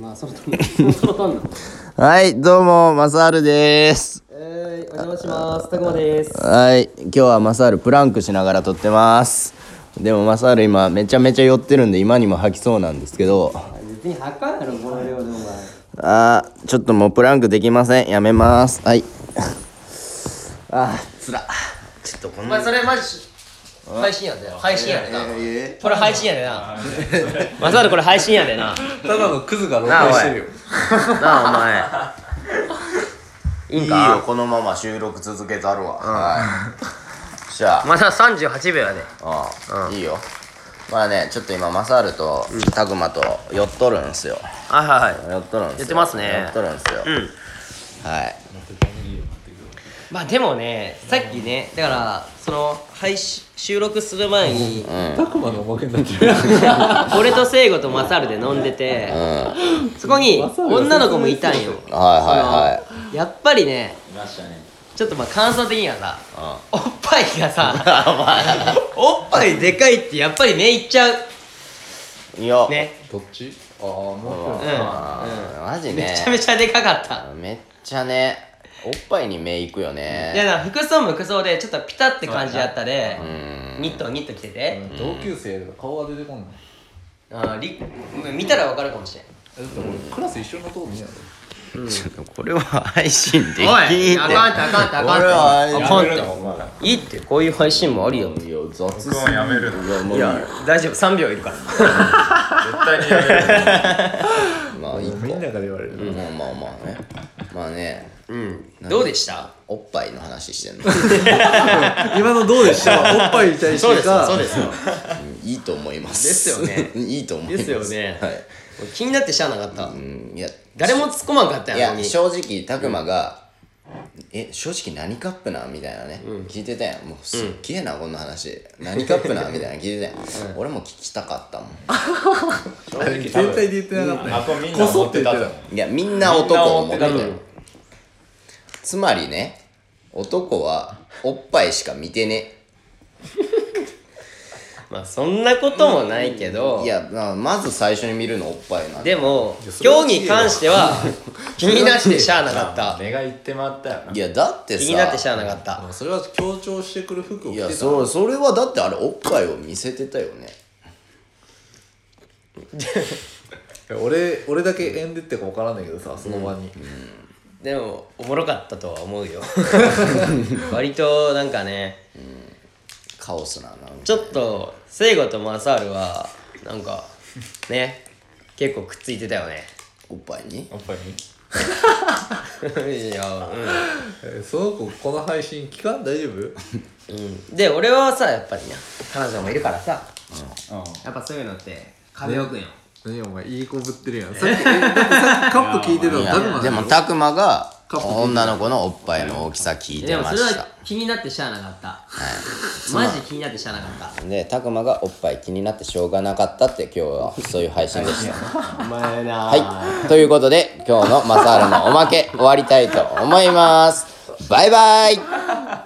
まあそのとんなそのそのとんなはい、どうも、マサールです。えー、お邪魔しますたくまですはい、今日はマサールプランクしながら撮ってます。でもマサール今めちゃめちゃ寄ってるんで今にも吐きそうなんですけど、別に吐かんやろこの量でお前あー、ちょっともうプランクできません。やめます。はい。 あー、つら。ちょっとこんおな。前それマジ配信やで配信やでなえこれ配信やでなマサルこれ配信やでなただのクズが露なあ呈してるよ なあお 前。いいかいいよ、このまま収録続けざるわ。はい。じゃあ。まだ38秒やでああ、いいよまあねちょっと今マサールとタグマと寄っとるんすよあはいはい寄っとるんすよ寄ってますね寄っとるんすよ、うんはいまあでもねさっきねだからその配信収録する前にたくまのおまけになってる俺と聖子とマサルで飲んでてそこに女の子もいたんよはいはやっぱりねいましたねちょっとまあ感想的にはさいはいおっぱいが さあおっぱいでかいってやっぱり目いっちゃう お前いいよ、ねどっちああもうううんん、マジねめちゃめちゃでかかっためっちゃねおっぱいに目いくよいやねだから服装も服装でちょっとピタって感じやったでうんニットニット着てて、同級生やけど顔は出てこんないあーり見たらわかるかもしれんえだって俺クラス一緒のとこ見やろ ちょっとこれは配信できんおいあかんっててあかんってあかんって俺はあれあかんっていいってこういう配信もありよいや雑音やめるのいやもういいよ大丈夫3秒いるからまあいいかみんなが言われる、まあまあまあねまあねうんどうでしたおっぱいの話してんの今のどうでした おっぱいに対してかそうですよいいと思います。ですよね いいと思います。ですよねはい。気になってしゃあなかった、うん、いや、誰も突っ込まんかったいやんや、正直、たくまが、え、正直何カップなんみたいなね、聞いてたやん。もうすっげえな、こんな話。何カップなんみたいな聞いてた やん。俺も聞きたかったもん。絶対で言ってなかったよ、こそって言ってたいや、みんな男を思ってたよつまりね、男はおっぱいしか見てね。まあそんなこともないけど、いや、まあまず最初に見るのおっぱいなんで。でもそれは今日に関しては気になってしゃあなかった目が行ってまったよないや、だって気さ、になってしゃあなかったそれは強調してくる服をい着てたや、そう、それはだってあれ、おっぱいを見せてたよね。俺俺だけ縁でってか分からないけどさその場に、でもおもろかったとは思うよ割となんかねカオスな、なんか。ちょっと聖子とマサールはなんかね結構くっついてたよねおっぱいにおっぱいにいやえーその子この配信期間大丈夫うん、うん、で俺はさやっぱりね彼女もいるからさうんやっぱそういうのって壁置くんよ何お前いい子ぶってるやんさっきえだってさっきカップ聞いてたのいダグやマでだもよたくまがカップ女の子のおっぱいの大きさ聞いてでもまそれしはた気になってしゃあなかったマジ気になってしゃあなかったでたくまがおっぱい気になってしょうがなかったって今日はそういう配信でした お前なはいということで今日のマサールのおまけ終わりたいと思いますバイバイ